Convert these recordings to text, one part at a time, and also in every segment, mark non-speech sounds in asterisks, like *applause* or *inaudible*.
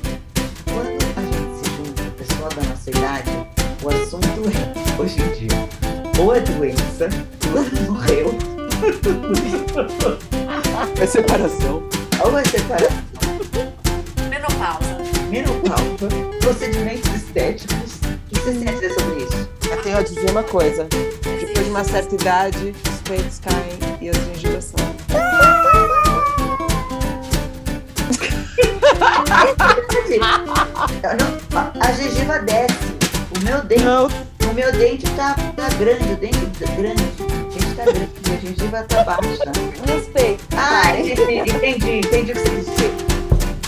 é, pegou a doença, morreu. É separação. Ou é separação, Menopausa. menopausa, procedimentos estéticos. O que vocês têm a dizer sobre isso? Eu tenho a dizer uma coisa. Depois de uma Existe. certa idade, os peitos caem e as gengivas são. Eu não- A gengiva desce. O meu dente, Não, o meu dente tá, tá grande, o dente tá grande. O dente tá grande, a gengiva tá baixa. Um Meus peitos. Ah, entendi, entendi, entendi o que você quis dizer.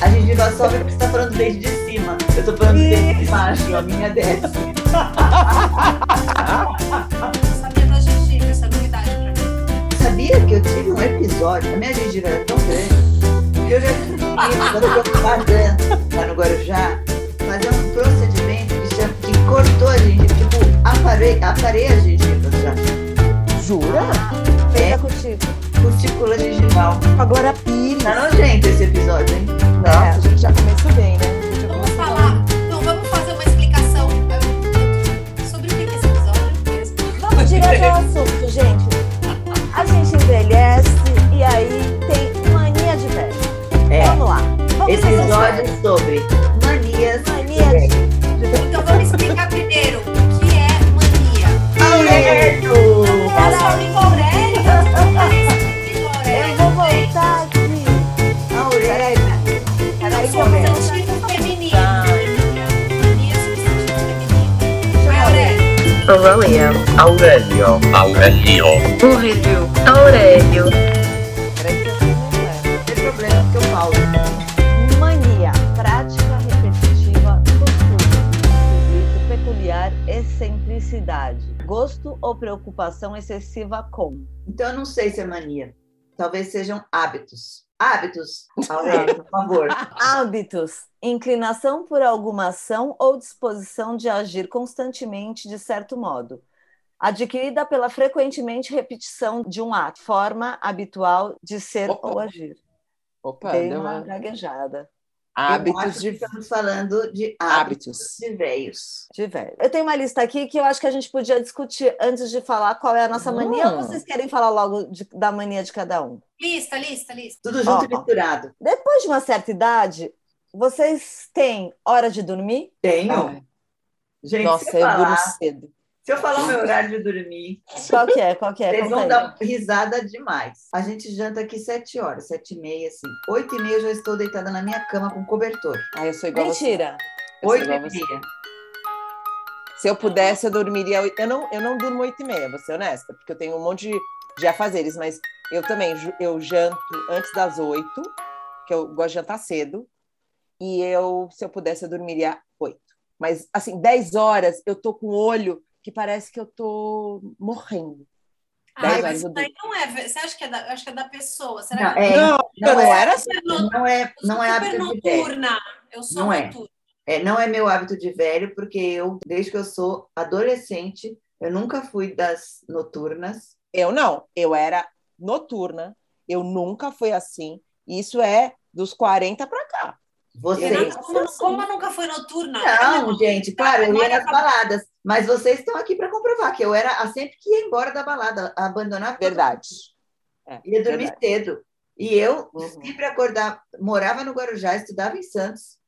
A gengiva sobe porque você tá falando do dente de cima. Eu tô falando do dente de baixo, a minha desce. Eu sabia da gengiva, essa é novidade pra mim. Sabia que eu tive um episódio, a minha gengiva era tão grande, que eu já *laughs* tinha quando eu tava guardando lá no Guarujá, fazer um procedimento que, chama- que cortou a gengiva, tipo, aparei, aparei a gengiva já. Jura? É, Peita contigo. cutícula gengival. Agora pires. Tá nojento esse episódio, hein? É, a gente já começou bem, né? A gente já Vamos começou falar. Então vamos fazer uma explicação eh, sobre o que é esse episódio mesmo. Vamos direto ao assunto, gente. A gente envelhece e aí tem mania de velho. É. Vamos lá. Vamos Esse episódio resolver. é sobre manias. Mania de Então vamos explicar primeiro o que é mania. Aurélio! Era só amigo *laughs* Aurélio. Eu vou voltar aqui. Aurélio! Nós somos antigo feminino. então tipo Mania é substantivo feminino. Vai, Aurélio. Aurelio. Aurelio. um Não tem problema, porque eu falo. Mania. Prática repetitiva, costume, esquisito, peculiar, excentricidade. Gosto ou preocupação excessiva com. Então eu não sei se é mania. Talvez sejam hábitos. Hábitos, Aurélio, por favor. Hábitos. Inclinação por alguma ação ou disposição de agir constantemente de certo modo. Adquirida pela frequentemente repetição de um ato, forma habitual de ser Opa. ou agir. Opa, Tem deu uma... uma gaguejada eu acho *laughs* Hábitos que de estamos falando de hábitos hábitos. de velhos. de velho. Eu tenho uma lista aqui que eu acho que a gente podia discutir antes de falar qual é a nossa mania. Ah. Hum. Ou vocês querem falar logo de- da mania de cada um? Lista, lista, lista. Tudo junto Ó. e misturado. Depois de uma certa idade, vocês têm hora de dormir? Tenho. Gente, se, Tá. Nossa, é eu eu durmo falar, cedo. se eu falar o meu horário de dormir, Qual que é? Qual que é? vocês Conta vão aí. dar risada demais. A gente janta aqui sete horas, sete e meia, assim. Oito e meia eu já estou deitada na minha cama com cobertor. Ah, eu sou igual a você. Mentira. Eu sou Oito igual a e você. meia. Se eu pudesse, eu dormiria. oito- Eu não, eu não durmo oito e meia, vou ser honesta, porque eu tenho um monte de, de afazeres, mas eu também ju- eu janto antes das oito, que eu gosto de jantar cedo. E eu, se eu pudesse, eu dormiria oito. Mas assim, dez horas eu tô com o olho que parece que eu tô morrendo. Ah, Dez mas isso horas daí não é. ve- Você acha que é da, eu acho que é da pessoa? Não, Será que é, não, eu Então, não é- era eu sou não é, não é super hábito de velho. noturna? Eu sou Não é. noturna. É, não é meu hábito de velho, porque eu, desde que eu sou adolescente, eu nunca fui das noturnas. Eu não, eu era noturna, eu nunca fui assim. Isso é dos 40 para cá. Vocês. Renata, como, como eu nunca foi noturna? é Não, gente, claro, eu ia Agora nas baladas, mas vocês estão aqui para comprovar que eu era a sempre que ia embora da balada, abandonava tudo, Verdade. É, ia dormir verdade. cedo. E eu Uhum. sempre acordava, morava no Guarujá, estudava em Santos,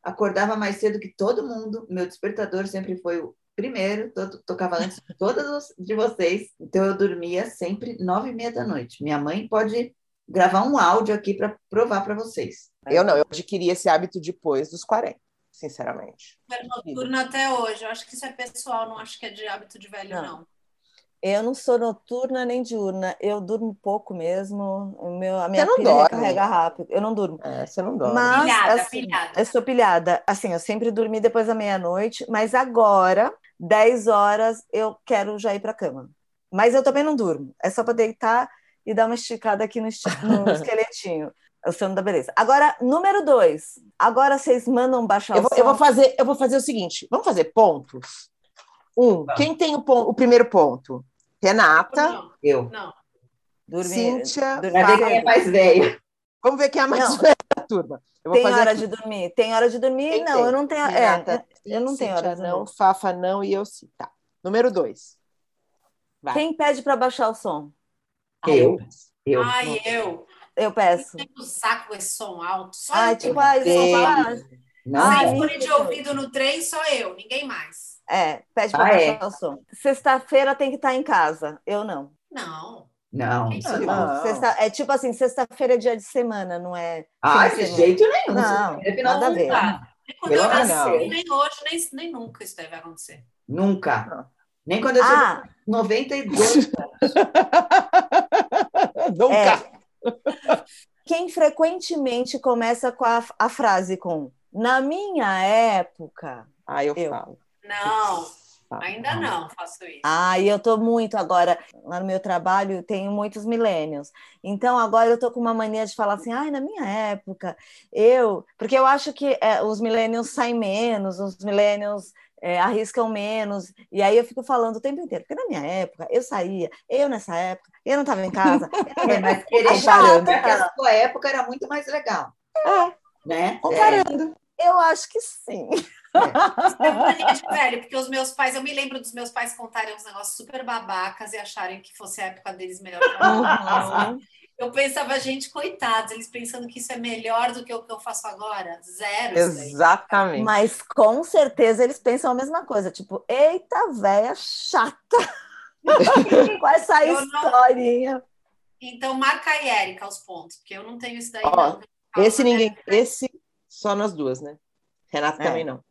acordava mais cedo que todo mundo. Meu despertador sempre foi o primeiro, todo- tocava antes de todas os- de vocês. Então eu dormia sempre nove e meia da noite. Minha mãe pode gravar um áudio aqui para provar para vocês. Eu não, eu adquiri esse hábito depois dos 40, sinceramente. super noturna até hoje. Eu acho que isso é pessoal, não acho que é de hábito de velho, Não. não. Eu não sou noturna nem diurna. Eu durmo pouco mesmo. O meu, a minha não pilha dorme. carrega rápido. Eu não durmo. É, você não dorme. Mas- Pilhada, assim, pilhada. Eu sou pilhada. Assim, eu sempre dormi depois da meia-noite, mas agora, 10 horas, eu quero já ir pra cama. Mas eu também não durmo. É só pra deitar e dar uma esticada aqui no, esti- *laughs* no esqueletinho. É o sono da beleza. Agora, número dois. Agora vocês mandam baixar Eu o vou, eu vou som? fazer, eu vou fazer o seguinte, vamos fazer pontos? Um, quem tem o, pon- o primeiro ponto? Renata, Não, Eu. não. Dormir. Cíntia, dormir Pra ver quem é Fábio. mais velho. Vamos ver quem é a mais Não. velha da turma. Eu vou Tem fazer hora aqui. de dormir? Tem hora de dormir? Tem, não, tem. eu não tenho. Renata, é, eu não tenho Cíntia hora de não, dormir. Fafa não e eu sim. Tá. Número dois. Vai. Quem pede para baixar o som? Ai, Eu. Eu. Ai, eu. Eu peço. O saco é som alto. Só Ai, eu. tipo, ai, Sim. som baixo. Não, Ai, é. Sem fone de ouvido no trem, só eu. Ninguém mais. É, pede para Ah, é. baixar o som. Sexta-feira tem que estar em casa. Eu não. Não. não. Isso isso não. não. Sexta- é tipo assim, sexta-feira é dia de semana, não é? Ai, Sim, Ah, de sim. jeito nenhum. Não, Isso é final nada a do- ver. Tá. Nem quando eu Pelo amor de nasci, Deus. nem hoje, nem, nem nunca isso deve acontecer. Nunca. Não. Nem quando eu tive Ah, 92. É, Nunca. quem frequentemente começa com a, a frase com na minha época. Ai, eu, Eu. falo. Não, falo. ainda não faço isso. Ah, e eu tô muito agora lá no meu trabalho, tenho muitos millennials. Então agora eu tô com uma mania de falar assim, ai, na minha época, eu, porque eu acho que é, os millennials saem menos, os millennials é, arriscam menos, e aí eu fico falando o tempo inteiro, porque na minha época eu saía, eu nessa época, eu não tava em casa. É, mas querer Comparando. falar que a sua época era muito mais legal. É. Né? Comparando. É, Eu acho que sim. É mania de velho, porque os meus pais, eu me lembro dos meus pais contarem uns negócios super babacas e acharem que fosse a época deles melhor. *laughs* Uhum. Eu pensava, gente, coitados, eles pensando que isso é melhor do que o que eu faço agora. Zero. isso aí. É, Exatamente. Mas com certeza eles pensam a mesma coisa, tipo, eita véia chata. *laughs* Com essa Eu não- historinha. Então, marca aí, Érica, os pontos, porque eu não tenho isso daí. Ó, não. Esse Calma, ninguém. né? Esse só nós duas, né? Renata É. também não.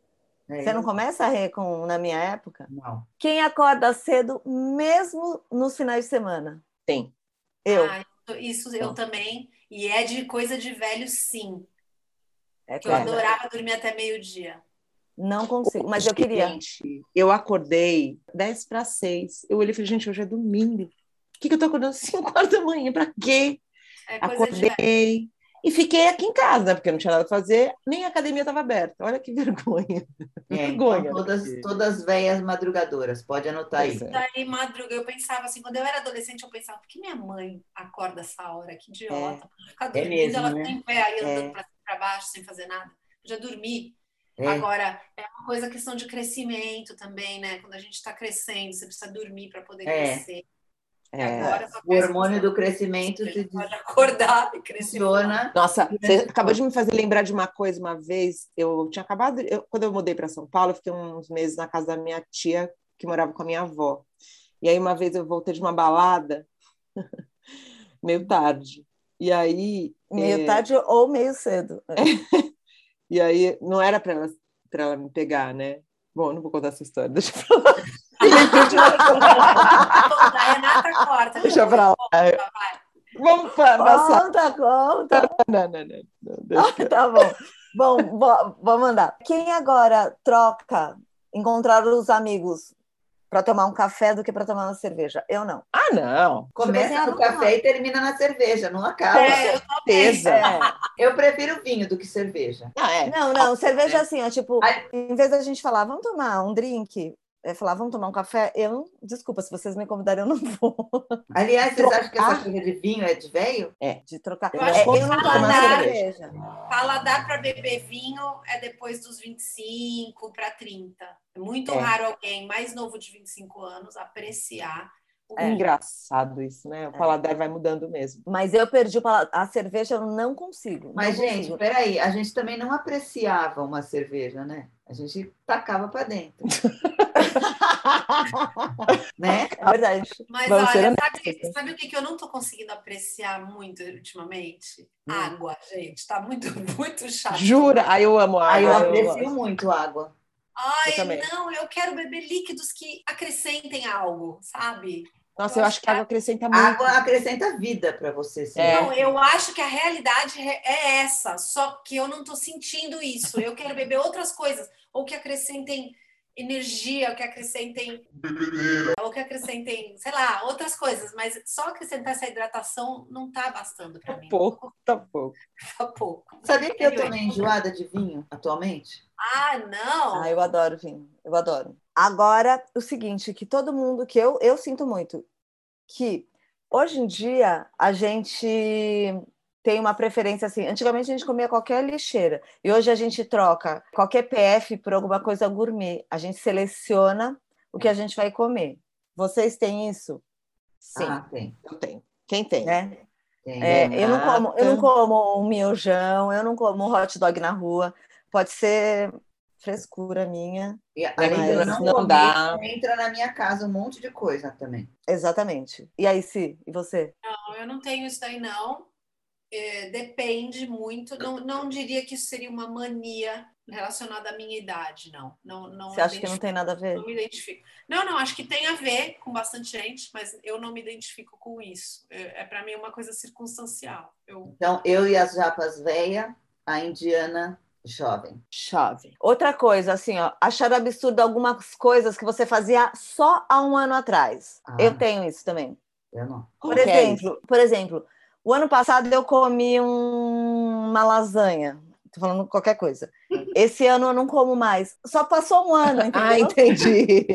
É, Você não começa a rir com na minha época? é Não. É, Quem acorda cedo, mesmo nos finais de semana? Tem. Eu. Ah, isso eu também. E é de coisa de velho, sim. é Que eu claro. adorava dormir até meio-dia. Não consigo, mas eu queria. Gente, eu acordei 10 para 6. Eu olhei e falei, gente, hoje é domingo. Por que, que eu tô acordando 5 horas da manhã? Pra quê? É coisa de velho. Acordei. E fiquei aqui em casa, né? porque não tinha nada pra fazer, nem a academia estava aberta. Olha que *laughs* vergonha. É, Vergonha, então né? todas, todas velhas madrugadoras, pode anotar aí. Pois é. Daí, madruga, eu pensava assim, quando eu era adolescente, eu pensava, por que minha mãe acorda essa hora? Que idiota. Pra ficar dormindo, mesmo, ela né? fica em pé aí andando É. pra cima e pra baixo, sem fazer nada. Eu já dormi. É. Agora, é uma coisa questão de crescimento também, né? Quando a gente tá crescendo, você precisa dormir pra poder É. crescer. É. Agora tá eu só O peço hormônio pra do crescimento você se pode acordar e crescer. dissociona. Nossa, você acabou de me fazer lembrar de uma coisa uma vez. Eu tinha acabado, eu- quando eu mudei para São Paulo, eu fiquei uns meses na casa da minha tia que morava com a minha avó. E aí uma vez eu voltei de uma balada *laughs* meio tarde. E aí, Meio é, tarde ou meio cedo. e aí não era para ela para ela me pegar, né? Bom, não vou contar essa história, *laughs* deixa pra lá. A Renata corta. *laughs* Deixa depois. pra lá. Vamos pa- passar. Conta, conta. Não, não, não, não, deixa. Ah, tá bom. Bom, bo- vou mandar. Quem agora troca encontrar os amigos para tomar um café do que para tomar uma cerveja? Eu não. Ah, não. Começa Você no vai café e termina na cerveja, não acaba. É, eu também. Certeza. Eu prefiro vinho do que cerveja. Ah, é. Não, não, cerveja assim, ó, tipo, Ai. em vez da gente falar, vamos tomar um drink, é, falar, vamos tomar um café, eu não, desculpa, se vocês me convidarem, eu não vou Aliás, vocês acham que essa Trocar? coisa de vinho é de velho? de trocar. Eu É, acho Eu, que não falar tomo nada. cerveja. Paladar para beber vinho é depois dos 25 para 30. É muito É. raro alguém mais novo de 25 anos apreciar o É. vinho. Engraçado isso, né? O paladar vai mudando mesmo. Mas eu perdi o pala- a cerveja, eu não consigo. Mas, não gente, consigo. peraí, a gente também não apreciava uma cerveja, né? A gente tacava pra *laughs* dentro. *laughs* né? é verdade. Mas Vamos ser olha, honestas, sabe, né? sabe o que, que eu não estou conseguindo apreciar muito ultimamente? Hum. Água, gente. Tá muito, *laughs* muito chato. Jura? Aí eu amo água. Aí eu eu aprecio gosto. muito água. Ai, Eu também. não, eu quero beber líquidos que acrescentem algo, sabe? Nossa, eu acho que a água acrescenta muito. Água acrescenta vida pra você. sim. É. Não, Então, eu acho que a realidade re- é essa, só que eu não estou sentindo isso. Eu quero beber outras coisas, ou que acrescentem energia, ou que acrescentem. Ou que acrescentem, sei lá, outras coisas, mas só acrescentar essa hidratação não tá bastando para mim. Pouco, tá pouco. Tá pouco. Sabia que eu é tô meio tipo enjoada de vinho atualmente? Ah, não! Ah, eu adoro vinho, eu adoro. Agora, o seguinte, que todo mundo, que eu, eu sinto muito, que hoje em dia a gente tem uma preferência assim, antigamente a gente comia qualquer lixeira, e hoje a gente troca qualquer PF por alguma coisa gourmet, a gente seleciona o que a gente vai comer. Vocês têm isso? Sim, Ah, tem. eu tenho. Quem tem? Né? tem. É, eu, não Renata. como, eu não como um miojão, eu não como um hot dog na rua. Pode ser frescura minha. E além de eu Mas não, não comer, dá. entra na minha casa um monte de coisa também. Exatamente. E aí, Si, e você? Não, eu não tenho isso daí, não. É, depende muito. Não, não diria que isso seria uma mania relacionada à minha idade, não. Não, não Você acha que não identifico, tem nada a ver? não me identifico. Não, não, acho que tem a ver com bastante gente, mas eu não me identifico com isso. É, é para mim uma coisa circunstancial. Eu, Então, eu e as japas velha, a indiana jovem. Chave. Outra coisa, assim, ó, achar absurdo algumas coisas que você fazia só há um ano atrás. Ah. Eu tenho isso também. Eu não. Como por que é exemplo, por exemplo, o ano passado eu comi um- uma lasanha. Tô falando qualquer coisa. Esse ano eu não como mais. Só passou um ano, *laughs* Ah, entendeu? entendi.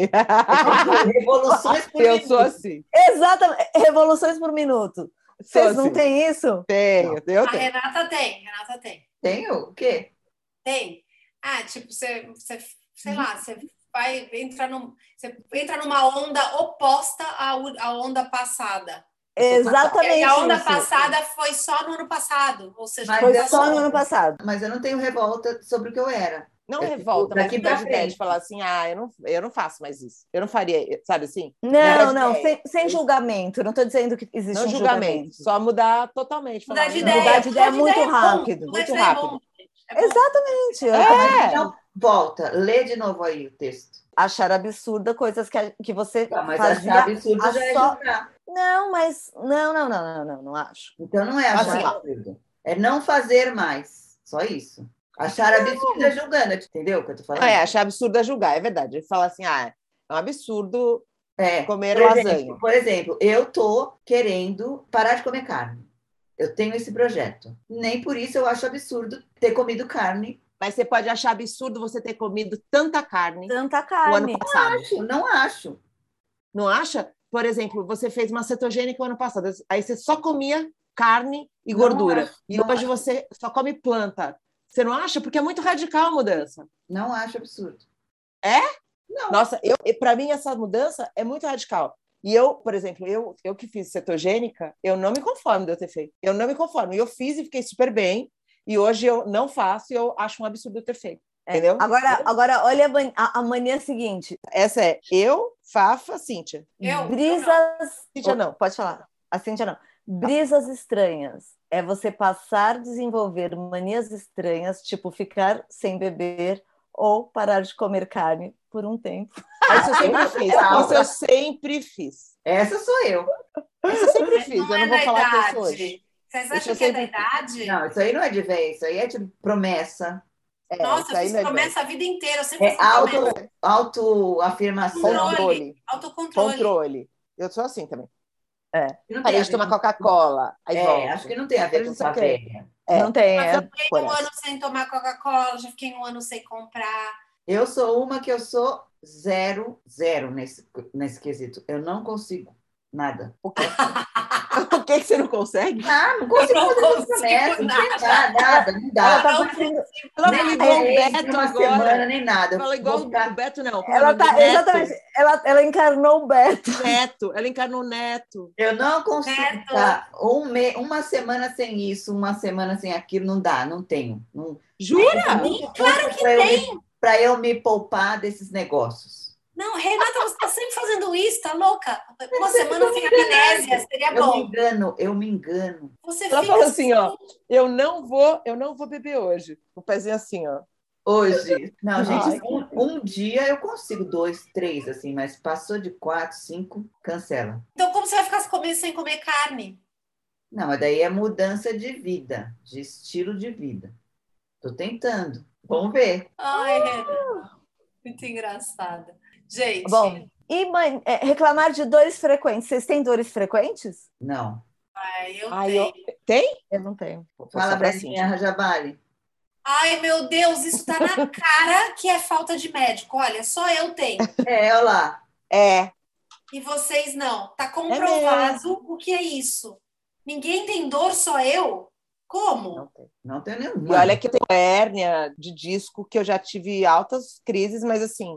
*laughs* Revoluções por eu mim. sou assim. Exatamente. Revoluções por minuto. Sou Vocês não assim. têm isso? Tenho, eu a tenho. Ah, Renata tem, Renata tem. Tenho o quê? Tem. Ah, tipo, você, você sei lá, você vai entrar num, você entra numa onda oposta à, u- à onda passada. Exatamente. E a onda isso. passada foi só no ano passado, ou seja, Mas não é Foi eu só sou- no ano passado. Mas eu não tenho revolta sobre o que eu era. Não É, revolta, mas daqui me pra dá de ideia de frente. falar assim, ah, eu não, eu não faço mais isso. Eu não faria, sabe assim? Não, não, ideia. sem, sem julgamento. Não estou dizendo que existe não um julgamento, julgamento. só mudar totalmente. Mudar falar, de não, ideia. Mudar de ideia Mudar de muito ideia é bom. rápido. Mas muito é rápido. bom, gente, é bom. Exatamente. eu Mas É, Então, volta, lê de novo aí o texto. achar absurda coisas que, a- que você Tá, mas fazia. achar absurdo a já é só- julgar. Não, mas. Não, não, não, não, não, não acho. Então não é achar Assim, ó. absurdo. É não fazer mais. Só isso. Achar absurdo é julgando, entendeu o que eu tô falando? é, achar absurdo é julgar, é verdade. Falar assim, ah, é um absurdo É. comer Por lasanha. exemplo, por exemplo, eu tô querendo parar de comer carne. Eu tenho esse projeto. Nem por isso eu acho absurdo ter comido carne. Mas você pode achar absurdo você ter comido tanta carne Tanta o carne. ano passado. Acho, não acho. Não acha? Por exemplo, você fez uma cetogênica o ano passado, aí você só comia carne e Não gordura. acho, e não hoje você só come planta. Você não acha? Porque é muito radical a mudança. Não acho absurdo. Nossa, eu para mim essa mudança é muito radical. E eu, por exemplo, eu, eu que fiz cetogênica, eu não me conformo de eu ter feito. Eu não me conformo. E eu fiz e fiquei super bem. E hoje eu não faço e eu acho um absurdo eu ter feito. É. Entendeu? É, Agora, agora olha a man- a, a mania seguinte. Essa é eu, Fafa, Cíntia. Eu, Brisas. Cíntia não. Pode falar. A Cíntia não. Brisas estranhas. É você passar a desenvolver manias estranhas, tipo ficar sem beber ou parar de comer carne por um tempo. Isso eu *laughs* sempre fiz. Isso eu sempre fiz. Essa sou eu. Isso eu sempre Mas fiz. Eu é não da vou falar que eu sou idade. hoje. Vocês Deixa acham eu que é da sempre- idade? Não, isso aí não é de véia, isso aí é de promessa, É, Nossa, isso aí eu não fiz é promessa a vida inteira. Eu sempre é fiz promessa. auto, autoafirmação. Controle. Controle. Autocontrole. Controle. Eu sou assim também. Não tem a Parei ver de tomar com- Coca-cola. Aí É, volto. acho que não tem a ver Eu com não sei o sua quê. velha. É. Não tem. Mas é- eu fiquei um essa. ano sem tomar Coca-Cola, já fiquei um ano sem comprar. Eu sou uma que eu sou zero, zero nesse, nesse quesito. Eu não consigo nada. O quê? *laughs* o que, que você não consegue? Ah, não consigo Eu não fazer essa consigo promessa, não sei nada. nada, nada, não Ela dá. tá Não, parecendo- Ela fala Nem igual o três, nem Beto é, uma agora. semana, nem nada. Fala igual Vou ficar- o Beto, não. Como é o Ela nome tá, do Neto? exatamente. Ela, ela encarnou o Beto. Neto. Ela encarnou o Neto. Eu não consigo Neto. ficar um me- uma semana sem isso, uma semana sem aquilo, não dá, não tenho. Não, Jura? Sim, claro que tem! Para eu me poupar desses negócios. Não, Renata, você tá sempre fazendo isso, tá louca? Uma é semana sem amnésia seria Eu me Tá bom. engano, eu me engano. Você Ela fica fala assim, ó. Eu não vou, eu não vou beber hoje. O pezinho assim, ó. Hoje. Não, Ai, gente, um, um dia eu consigo dois, três, assim, mas passou de quatro, cinco, cancela. Então, como você vai ficar comendo sem comer carne? Não, mas daí é mudança de vida, de estilo de vida. Tô tentando. Vamos ver. Ai, Renata. Ah! Muito engraçada. Gente, Bom, e man- é, reclamar de dores frequentes. Vocês têm dores frequentes? Não. ai, é, eu Ai, tenho. eu- Tem? Eu não tenho. Fala, Só pra Cíntia. Breninha Rajabali. Ai, meu Deus, isso tá na cara que é falta de médico. Olha, só eu tenho. É, olha lá. É. E vocês não. Tá comprovado o que é isso. Ninguém tem dor, só eu? Como? Não tem. Não tem E nenhuma. olha que eu tenho hérnia de disco, que eu já tive altas crises, mas assim,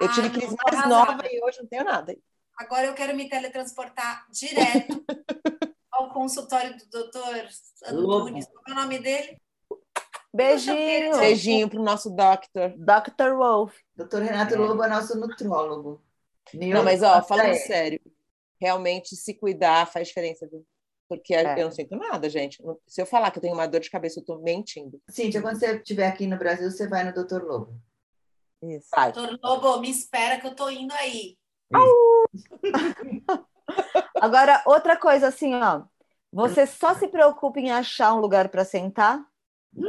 eu Ah, tive não, crise tá mais arrasada. nova e hoje não tenho nada. Agora eu quero me teletransportar direto *laughs* ao consultório do doutor Lobo. Antunes. Qual é o nome dele? Beijinho. Beijinho pro nosso doctor. Dr. Wolf. Doutor Renato Lobo é nosso nutrólogo. Não, mas ó, falando É. sério, realmente se cuidar faz diferença, viu? Porque É. eu não sinto nada, gente. Se eu falar que eu tenho uma dor de cabeça, eu tô mentindo. Cíntia, quando você estiver aqui no Brasil, você vai no Doutor Lobo. Isso. Vai. Doutor Lobo, me espera que eu tô indo aí. Agora, outra coisa assim, ó. Você só se preocupa em achar um lugar para sentar.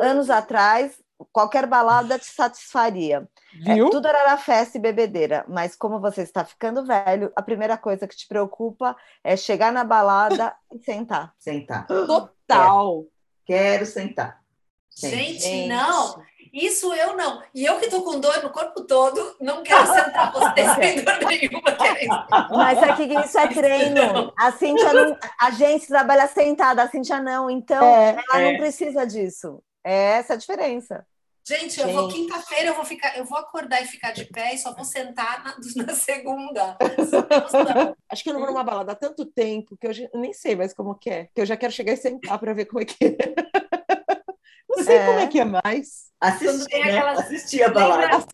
Anos atrás, qualquer balada te satisfaria. É, Viu? tudo era festa e bebedeira. Mas como você está ficando velho, a primeira coisa que te preocupa é chegar na balada e sentar. Sentar. Total. Quero sentar. Sim. Gente, não. Isso eu não. E eu que tô com dor no corpo todo, não quero sentar *laughs* vocês sem dor nenhuma. querendo. Mas é que isso é treino. A Cintia não. A gente trabalha sentada, a Cintia não. Então, É, ela não precisa disso. É essa a diferença. Gente, eu vou Gente. quinta-feira, eu vou ficar, eu vou acordar e ficar de pé e só vou sentar na, *laughs* na segunda. Não, Acho que eu não vou numa balada há tanto tempo que eu já- nem sei mais como que é. Que eu já quero chegar e sentar pra ver como é que é. *laughs* Não sei É. como é que é mais. Assistir, tem né? aquelas- Assistir a balada.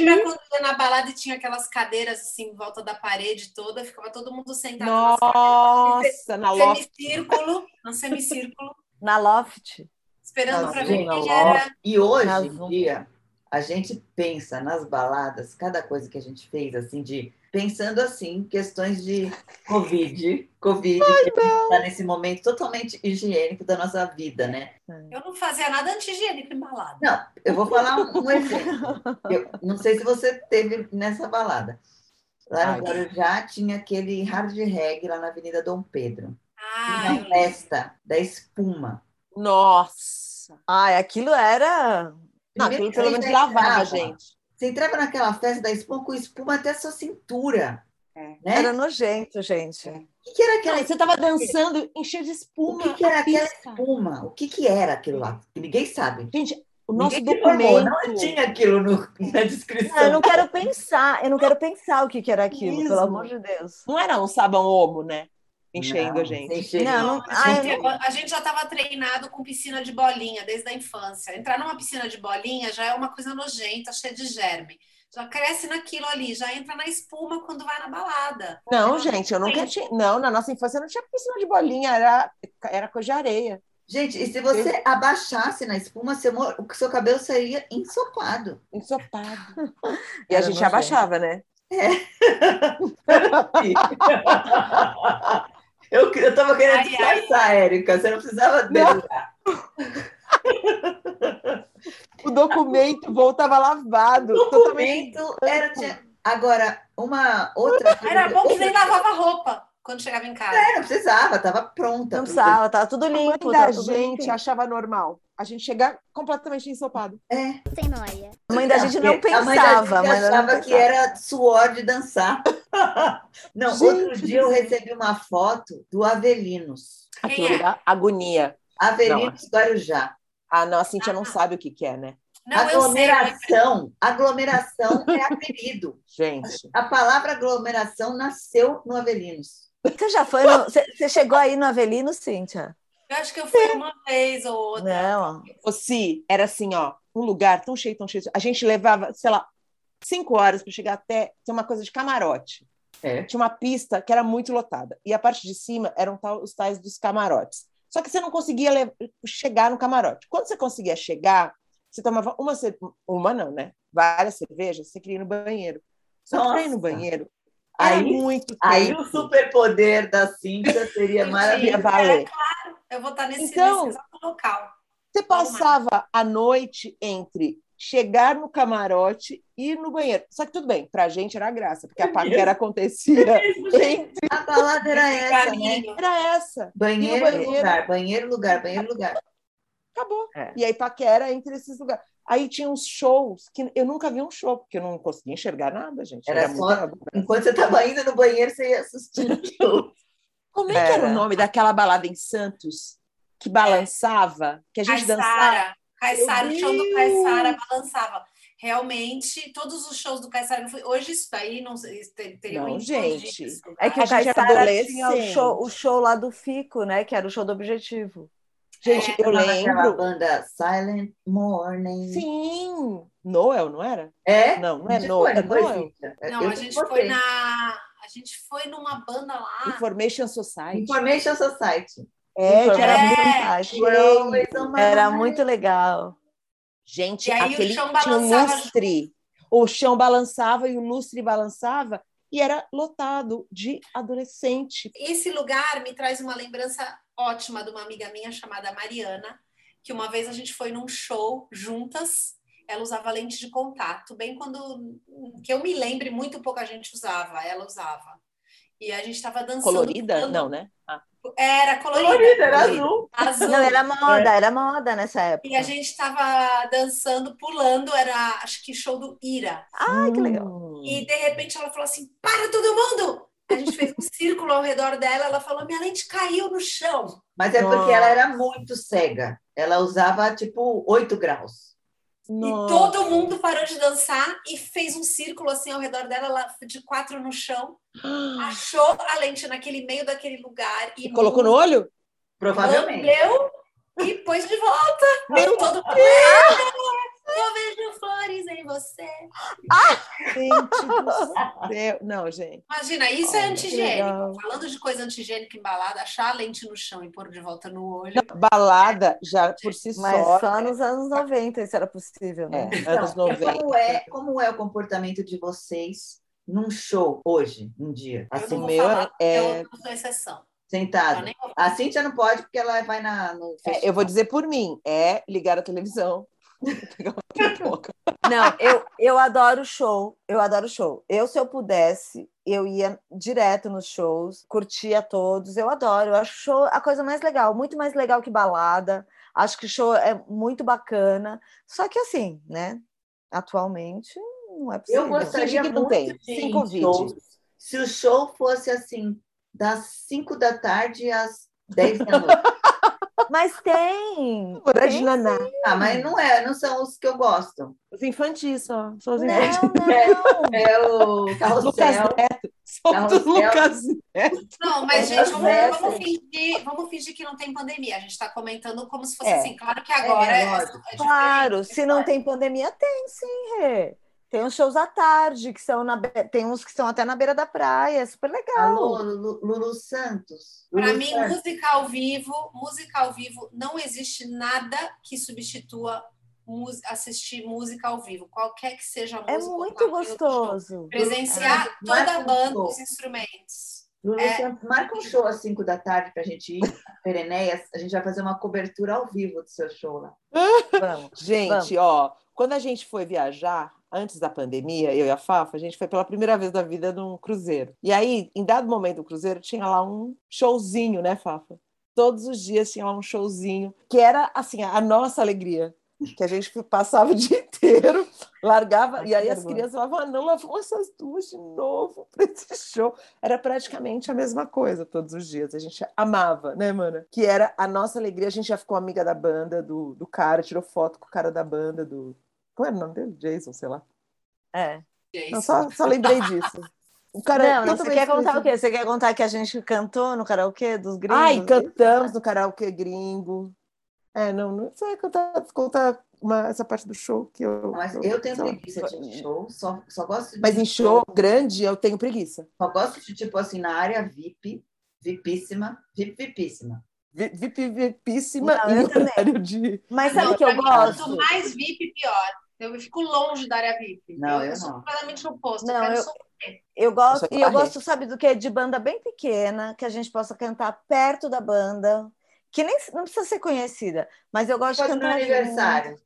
Lembra quando ia na balada e tinha aquelas cadeiras assim em volta da parede toda, ficava todo mundo Tá, então sentado Nossa, na no loja. semicírculo, no semicírculo, Na loft. esperando Nossa, para ver na quem era. E hoje Razão. em dia, a gente pensa nas baladas, cada coisa que a gente fez, assim, de pensando assim, questões de Covid, Covid, que a gente está nesse momento totalmente higiênico da nossa vida, né? Eu não fazia nada antigênico em balada. Não, eu vou falar um, um exemplo. Eu não sei se você teve nessa balada. Lá Ai. no Guarujá tinha aquele hard reg lá na Avenida Dom Pedro. Ah, Uma eu lembro. festa da espuma. Nossa. Ai, aquilo era. Não, aquilo pelo menos lavava, gente. Você entrava naquela festa da espuma com espuma até a sua cintura. É? Né? Era nojento, gente. O que, que era aquela Não, você tava dançando, enchia de é espuma. O que que era a pista. espuma? O que, que era aquilo lá? Que Ninguém sabe. Gente, o nosso Ninguém informou, documento. Não tinha aquilo no- *laughs* na descrição. Não, Ah, eu não quero pensar, eu não quero pensar o que, que era aquilo, Mesmo? pelo amor de Deus. Não era um sabão homo, né? Enchendo Não, a gente. sem cheiro. Não, não, A ai, gente, eu não- a gente já estava treinado com piscina de bolinha desde a infância. Entrar numa piscina de bolinha já é uma coisa nojenta, cheia de germe. Já cresce naquilo ali, já entra na espuma quando vai na balada. Não, gente, eu nunca tinha. Não, na nossa infância não tinha piscina de bolinha, era, era coisa de areia. Gente, e se você abaixasse na espuma, seu, mo- o seu cabelo sairia ensopado. Ensopado. E a Era gente nojento. abaixava, né? eu, eu tava querendo Ai, ai. disfarçar, Érica. Você não precisava derrubar. *laughs* O documento voltava lavado. O Totalmente. documento era. tinha- Agora, uma outra. coisa- Era bom que outra- nem lavava roupa quando chegava em casa. Não precisava, estava pronta. não precisava, tava tudo Tá A mãe limpo. da Tava tudo gente limpinho. achava normal. A gente chegar completamente ensopado. É. Sem noia. a mãe da *laughs* gente não Porque a mãe da pensava. A gente mãe da achava gente que era suor de dançar. *laughs* Não, Gente outro dia eu é do céu. recebi uma foto do Avelinos. Quem Aquilo é? dá agonia. Avelinos Guarujá. A nossa Cintia não sabe o que, que é, né? Não, eu sei. mas- aglomeração, aglomeração *laughs* é apelido. Gente. A palavra aglomeração nasceu no Avelinos. Você já foi no... Você você chegou aí no Avelino, Cíntia? Eu acho que eu fui uma vez ou outra. Não. ó. Fosse, era assim, ó, um lugar tão cheio, tão cheio. A gente levava, sei lá, cinco horas para chegar até. Tem uma coisa de camarote. É. tinha uma pista que era muito lotada. E a parte de cima eram tal- os tais dos camarotes. Só que você não conseguia le- chegar no camarote. Quando você conseguia chegar, você tomava uma, ce- uma não, né? Várias cervejas, você queria ir no banheiro. Só que pra ir no Nossa. banheiro era Aí, muito aí tempo. o superpoder da Cíntia seria Entendi. Ia maravilhoso. valer. é Eu vou estar nesse, Então- nesse exato local. Você passava a noite entre chegar no camarote e ir no banheiro. Só que tudo bem, pra gente era graça, porque É a paquera acontecia. Entre... A palavra era essa, né? Caminho. Era essa. Banheiro, é E no banheiro? lugar, banheiro, lugar, banheiro, lugar. acabou. É. E aí paquera entre esses lugares. Aí tinha uns shows que eu nunca vi um show, porque eu não conseguia enxergar nada, gente. Era só- muito- Enquanto você estava indo no banheiro, você ia assistindo o show. Como é que era Era. o nome daquela balada em Santos que balançava, que a gente dançava? é, Caissara. Caissara, Meu o chão do Deus! Caissara balançava. realmente todos os shows do Caissara não foi. Hoje isso daí não sei, isso ter- teria Não, um gente. indício. É que A o gente é Caissara tinha o adolescente. show, o show lá do Fico, né? Que era o show do Objetivo. Gente, eu Aquela lembro. banda Silent Morning. Sim! Noel, não era? É? Não, não é Onde Noel. foi, É Noel. Moisita? Não, Eu a tô gente com foi você. na. A gente foi numa banda lá. Information Society. Information Society. É, que Então, Era era É. muito fantástico. Always on my Era mind. muito legal. Gente, E aí o aquele chão tinha um balançava lustre. O chão balançava e o lustre balançava e era lotado de adolescente. Esse lugar me traz uma lembrança ótima de uma amiga minha chamada Mariana, que uma vez a gente foi num show juntas. Ela usava lente de contato, bem quando que eu me lembre, muito pouca gente usava, ela usava. E a gente estava dançando. Colorida? pulando. Não, né? Ah, Era colorida. Colorida, era azul. Azul. Não, era moda, era moda nessa época. E a gente estava dançando, pulando, era acho que show do Ira. Ai, que legal. Hum. E de repente ela falou assim: para todo mundo! A gente fez um círculo ao redor dela, ela falou: minha lente caiu no chão. Mas é porque ela era muito cega. Ela usava, tipo, 8 graus. E Nossa. todo mundo parou de dançar e fez um círculo assim ao redor dela, ela de quatro no *gasps* chão, achou a lente naquele meio daquele lugar e E colocou no olho? Provavelmente. lambeu e pôs de volta. Meu todo mundo. "Ah, Eu vejo flores em você. Gente do céu. Não, gente. Imagina, isso é Olha, que antigênico. legal. Falando de coisa antigênica embalada, achar a lente no chão e pôr de volta no olho. Balada já por si Hum, Mas só. só nos anos 90 isso era possível, né? É, anos Então, 90. Como é, como é o comportamento de vocês num show hoje, um dia? Eu não Assim, o vou meu falar, é- eu não sou exceção. Eu sentado. nem vou A Cíntia não pode, porque ela vai na, no É, eu vou dizer por mim, é ligar a televisão, *laughs* pegar uma pipoca. Não, eu, eu adoro show, eu adoro show. Eu, se eu pudesse, eu ia direto nos shows, curtia todos, eu adoro. Eu acho show a coisa mais legal, muito mais legal que balada. Acho que show é muito bacana. Só que assim, né? Atualmente não é possível. Eu gostaria Finge que não muito tem, de ir sem em Covid. shows. Se o show fosse assim, das 5 da tarde às 10 da noite. Mas *laughs* tem! Hora de tem naná. ah, mas não é, não são os que eu gosto. Os infantis só, só os Não, infantis. não. É o Lucas é Carrossel. Neto, só Carrossel. do Lucas Neto. Não, mas, Eu É gente, não vamos, sou vamos essa. fingir, vamos fingir que não tem pandemia. A gente está comentando como se fosse É. assim. Claro que agora É, é, lógico. é Claro, diferente. se não tem pandemia, tem sim, Rê. Tem os shows à tarde, que são na be- tem uns que são até na beira da praia, é super legal. Alô, Lulu, Lulu Santos. Para Lulu mim, é. Santos. música ao vivo, música ao vivo, não existe nada que substitua mus- assistir música ao vivo, qualquer que seja a música. É ou muito qualquer outro show. gostoso. Presenciar É, Marca um toda a banda, show. os instrumentos. Lulu É. Santos, marca um show às 5 da tarde pra gente ir. Perenéias, a gente vai fazer uma cobertura ao vivo do seu show lá. Vamos. Gente, ó, quando a gente foi viajar, antes da pandemia, eu e a Fafa, a gente foi pela primeira vez da vida num cruzeiro. E aí, em dado momento do cruzeiro, tinha lá um showzinho, né, Fafa? Todos os dias tinha lá um showzinho, que era, assim, a nossa alegria. Que a gente passava o *laughs* dia inteiro, largava, Ai, e que aí as vergonha. crianças falavam: ah, não, lá vão essas duas de novo *laughs* pra esse show. Era praticamente a mesma coisa todos os dias. A gente amava, né, mana? Que era a nossa alegria. A gente já ficou amiga da banda, do, do cara, tirou foto com o cara da banda, do. Qual era o nome dele? Jason, sei lá. É. Não, só, só lembrei disso. O cara. Não, não, você totalmente quer contar o conhecido. quê? Você quer contar que a gente cantou no karaokê dos gringos? Ai, cantamos no karaokê gringo. É, não, não sei contar, contar uma- essa parte do show que eu. Mas que eu tenho sei lá. preguiça de ir em show, só, só gosto de Mas em show grande eu tenho preguiça. Só gosto de, tipo assim, na área VIP, VIPíssima, VIP, VIPíssima. Vi- VIP, VIPíssima Não, e eu no também. *laughs* horário de. Mas sabe o que pra eu mim, gosto? Quanto mais VIP, pior. Eu fico longe da área VIP. Não, eu sou não. completamente oposto. Não, eu quero eu- só- Eu gosto, Eu sou e eu a Rê. gosto, sabe do quê? De banda bem pequena, que a gente possa cantar perto da banda, que nem não precisa ser conhecida, mas eu né? gosto de Pode no cantar é aniversário.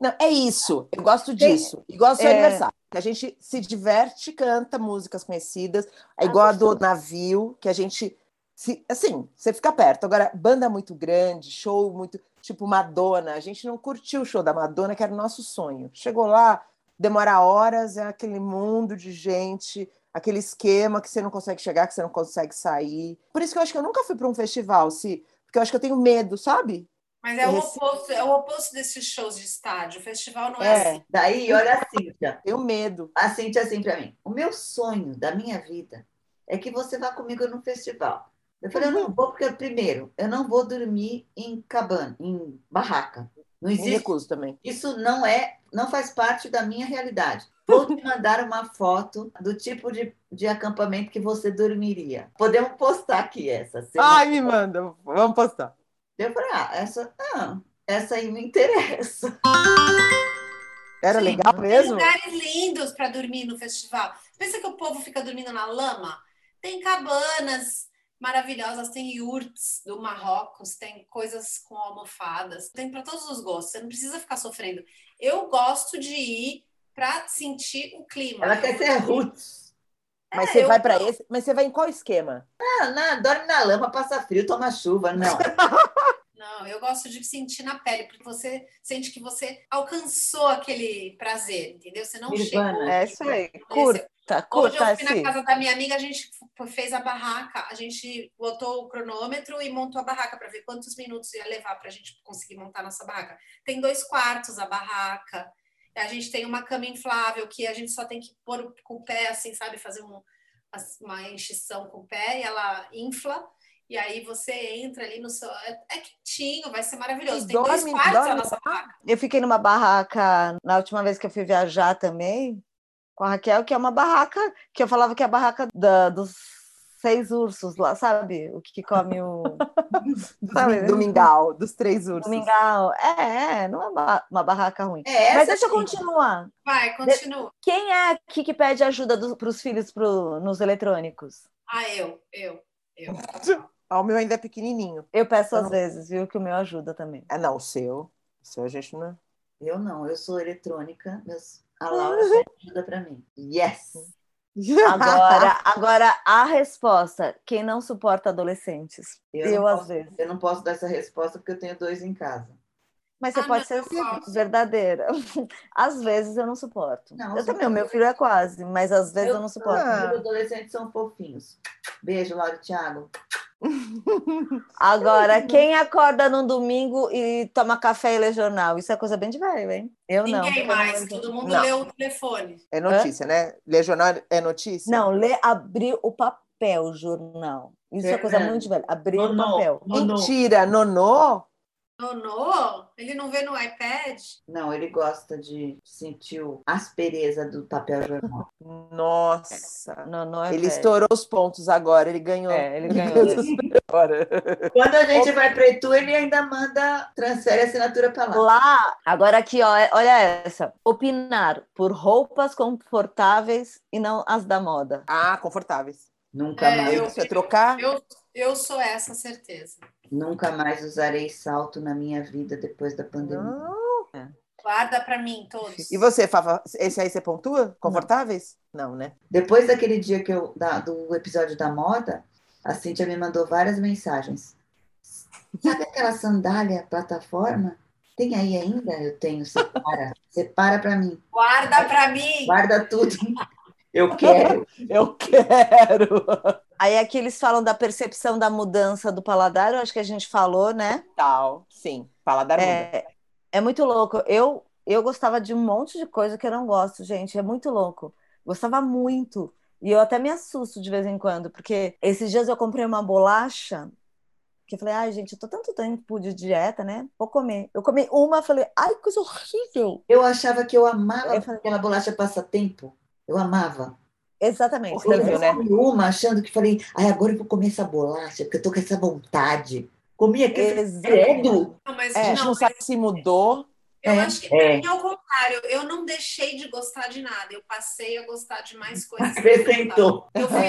Não, é isso. Eu gosto disso. Igual seu é. aniversário. Que a gente se diverte, canta músicas conhecidas. É igual a do navio, que a gente. se- assim, você fica perto. Agora, banda muito grande, show muito. Tipo, Madonna. A gente não curtiu o show da Madonna, que era o nosso sonho. Chegou lá, demora horas, é aquele mundo de gente, aquele esquema que você não consegue chegar, que você não consegue sair. Por isso que eu acho que eu nunca fui para um festival, se. Porque eu acho que eu tenho medo, sabe? Mas é o, Esse- oposto, é o oposto desses shows de estádio. O festival não é, É. assim. Daí, olha a Cíntia. Tenho medo. A Cintia assim pra mim, o meu sonho da minha vida é que você vá comigo num festival. Eu falei, eu Uhum. não vou porque, primeiro, eu não vou dormir em cabana, em barraca. Não Me existe. recuso também. Isso não é, não faz parte da minha *laughs* realidade. Vou te mandar uma foto do tipo de, de acampamento que você dormiria. Podemos postar aqui essa. se eu não- Ah, Ai, me manda. Vamos postar. Eu falei, ah, essa, ah, essa aí me interessa. Era Sim. é, legal Tem mesmo? lugares lindos para dormir no festival. Pensa que o povo fica dormindo na lama? Tem cabanas maravilhosas, tem yurts do Marrocos, tem coisas com almofadas, tem para todos os gostos. Você não precisa ficar sofrendo. Eu gosto de ir para sentir o clima. Ela quer ser roots. Mas É, você eu- vai pra esse. Mas você vai em qual esquema? Ah, na- dorme na lama, passa frio, toma chuva. Não. Não, eu gosto de sentir na pele, porque você sente que você alcançou aquele prazer, entendeu? Você não Nirvana. chegou. É isso aí. Esse- Curta, Hoje curta eu fui na assim. casa da minha amiga, a gente f- fez a barraca, a gente botou o cronômetro e montou a barraca para ver quantos minutos ia levar para a gente conseguir montar a nossa barraca. Tem dois quartos a barraca, a gente tem uma cama inflável que a gente só tem que pôr o- com o pé, assim, sabe, fazer um- as- uma enchição com o pé e ela infla. E aí você entra ali no seu. É, é quentinho, vai ser maravilhoso. E Tem dois dorme- quartos a dorme nossa lá? barraca. Eu fiquei numa barraca na última vez que eu fui viajar também, com a Raquel, que é uma barraca que eu falava que é a barraca da- dos seis ursos lá, sabe? O que, que come o. Sabe, né? Do mingau, dos três ursos. O mingau. É, é, não é uma, uma barraca ruim. É essa, Mas deixa eu Cíntia. continuar. Vai, continua. Quem é aqui que pede ajuda para os filhos pro- nos eletrônicos? Ah, eu, eu, eu. Ah, o meu ainda é pequenininho. Eu peço Eu às não- vezes, viu? Que o meu ajuda também. Ah, não, o seu. O seu a gente *laughs* não. Eu não, eu sou eletrônica, meus, a Laura já ajuda pra mim. Yes! Ah, Agora, agora a resposta: quem não suporta adolescentes? Eu, não às posso- vezes. Eu não posso dar essa resposta porque eu tenho dois em casa. Mas você Ah, pode não, ser eu posso. verdadeira. *laughs* Às vezes eu não suporto. Não, eu eu sou também, o meu filho é quase, mas às vezes eu, Eu- não suporto. Ah. Os adolescentes são fofinhos. Beijo, Laura e Thiago. Agora, quem acorda num domingo e toma café e lê jornal? Isso é coisa bem de velho, hein? Eu não. Ninguém pelo mais, amor de Deus. todo mundo Não. leu o telefone. É notícia, né? Ler jornal é notícia? Não, lê abrir o papel, o jornal. Isso é coisa Fernanda, muito de velho. Abrir o Nonô, papel. Nonô. Mentira, nonô? Nonô? Ele não vê no iPad? Não, ele gosta de sentir o- a aspereza do papel jornal. Nossa. Nonô é Ele velho. estourou os pontos agora, *laughs* ele ganhou. É, ele ganhou. né? Agora. Quando a gente vai para Itu, ele ainda manda, transfere a assinatura para lá. Lá, agora aqui, ó, é- olha essa. Opinar por roupas confortáveis e não as da moda. *laughs* Ah, confortáveis. Nunca É, mais, eu- Isso é trocar? Eu, eu sou essa certeza. nunca mais usarei salto na minha vida depois da pandemia. Ah. Não. Guarda pra mim todos. E você, Fafa? Esse aí você pontua? Confortáveis? Não, né? Depois daquele dia que eu, da- do episódio da moda, a Cíntia me mandou várias mensagens. Sabe aquela sandália plataforma? Tem aí ainda? Eu tenho, *laughs* separa. Separa pra mim. Guarda pra mim. Guarda tudo. Eu quero. Eu quero! Aí aqui eles falam da percepção da mudança do paladar, eu acho que a gente falou, né? Tal, sim. Paladar muda. É, é muito louco. Eu, eu gostava de um monte de coisa que eu não gosto, gente. É muito louco. Gostava muito. E eu até me assusto de vez em quando, porque esses dias eu comprei uma bolacha que eu falei, ai, gente, eu tô tanto tempo de dieta, né? Vou comer. Eu comi uma, falei, ai, coisa horrível. Eu achava que eu amava Eu falei- aquela bolacha passatempo. Eu amava. Exatamente. Horrível, eu né? comi uma achando que falei, ai, agora eu vou comer essa bolacha, porque eu tô com essa vontade. Comi aquele Exatamente. credo. Não, mas A É, gente não, não sabe se mudou. eu É, acho que é. pra mim é o contrário. Eu não deixei de gostar de nada. Eu passei a gostar de mais coisas. Acrescentou. Eu fui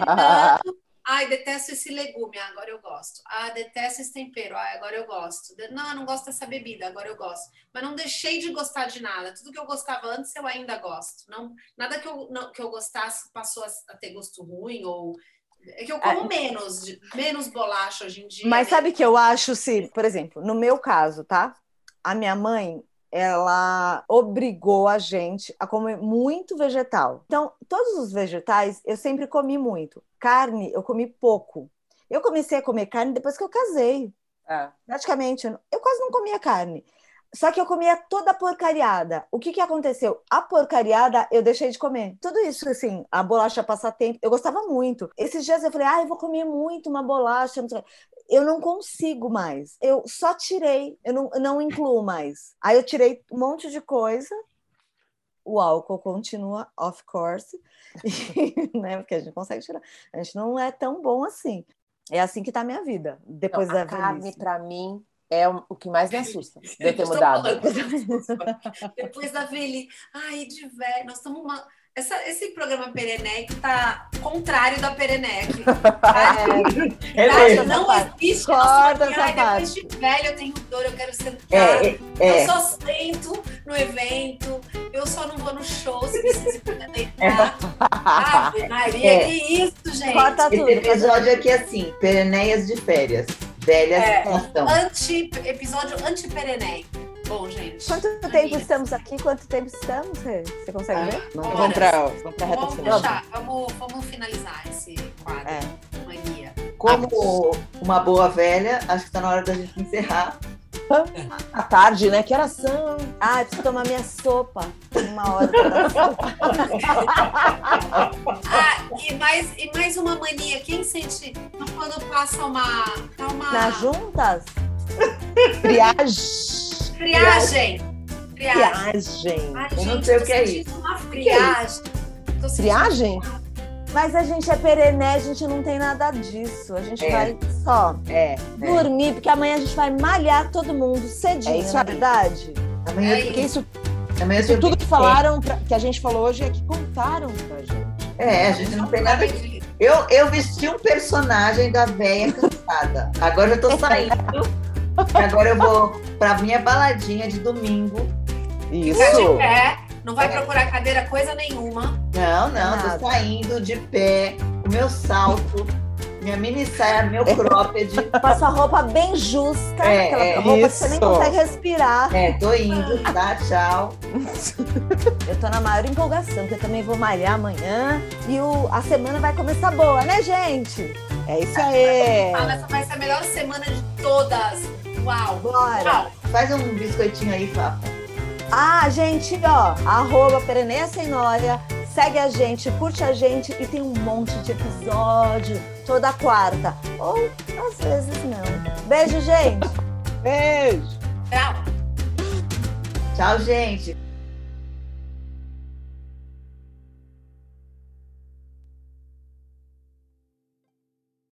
acrescentando. Ai, detesto esse legume. Ah, agora eu gosto. Ah, detesto esse tempero. Ah, agora eu gosto. De- Não, eu não gosto dessa bebida. Agora eu gosto. Mas não deixei de gostar de nada. Tudo que eu gostava antes, eu ainda gosto. Não, nada que eu, não- que eu gostasse passou a, a ter gosto ruim ou... É que eu como menos, de- menos bolacha hoje em dia. Mas né? sabe que eu acho se, por exemplo, no meu caso, tá? A minha mãe, ela obrigou a gente a comer muito vegetal. Então, todos os vegetais eu sempre comi muito. Carne eu comi pouco. Eu comecei a comer carne depois que eu casei. É. Praticamente, eu não- eu quase não comia carne. Só que eu comia toda a porcariada. O que que aconteceu? A porcariada eu deixei de comer. Tudo isso, assim, a bolacha passatempo, eu gostava muito. Esses dias eu falei, ah, eu vou comer muito uma bolacha. não sei o quê." Eu não consigo mais. Eu só tirei, eu não, eu não incluo mais. Aí eu tirei um monte de coisa. O álcool continua, of course, *laughs* né? Porque a gente consegue tirar. A gente não é tão bom assim. É assim que tá a minha vida, Não, depois Então, a da carne, velhice. pra mim, é o o que mais me assusta de É, eu ter Estou mudado. falando. *laughs* Depois da velhice. Ai, de velho. Nós estamos uma. Essa- esse programa Pereneque tá contrário da *laughs* Pereneque. É, Verdade, Beleza. não Corta existe Corta nossa, essa ai, depois parte. de velho eu tenho dor, eu quero sentar. É, é, Eu só sento no evento, eu só não vou no show se preciso deitar. *laughs* Ave Maria, É. que isso, gente? Corta Esse Tá tudo. episódio aqui é assim, pereneias de férias, velhas É. constam. Anti, episódio anti-Perenem. Bom, gente. Quanto tempo estamos aqui? Quanto tempo estamos? Rê? Você Ah. consegue ver? Vamos pra, vamos pra Tá reta Vamos final. fechar, vamos, vamos finalizar esse quadro. É. Mania. Como uma boa velha, acho que tá na hora da gente encerrar. À tarde, né? Que horas são? Ah, eu preciso tomar minha sopa. Tem Uma hora pra dar sopa. Ah, e mais, e mais uma mania. Quem sente quando passa uma. Tá uma Nas juntas? Friagem. friagem. Friagem. Friagem. Ai, Eu gente, não sei o tô que é sentindo Uma que é friagem. Tô sentindo- Friagem? Mas a gente é perené, a gente não tem nada disso. A gente É. vai só É. dormir, porque amanhã a gente vai malhar todo mundo cedinho, É isso na aí. verdade. Amanhã, É Porque isso, amanhã isso tem tudo que falaram, pra- que a gente falou hoje, é que contaram pra gente. É, a gente não tem nada. Eu, eu vesti um personagem da velha cansada. Agora eu tô saindo. e agora eu vou pra minha baladinha de domingo. Fica de Isso. pé, não vai procurar cadeira coisa nenhuma. Não, não, Nada. tô saindo de pé, o meu salto, minha mini saia, meu cropped. Passa a roupa bem justa, É, aquela é, roupa que você nem isso. consegue respirar. É, tô indo, tá? Tchau. Eu tô na maior empolgação, porque eu também vou malhar amanhã. E o- a semana vai começar boa, né, gente? É isso aí. Fala, essa Ah, vai ser a melhor semana de todas. Uau! Bora! Uau! Faz um biscoitinho aí, Fafa. Ah, gente, ó, arroba Pereneia Sem Nóia, segue a gente, curte a gente e tem um monte de episódio toda quarta. Ou às vezes não. Beijo, gente! Beijo. Tchau! Tchau, gente.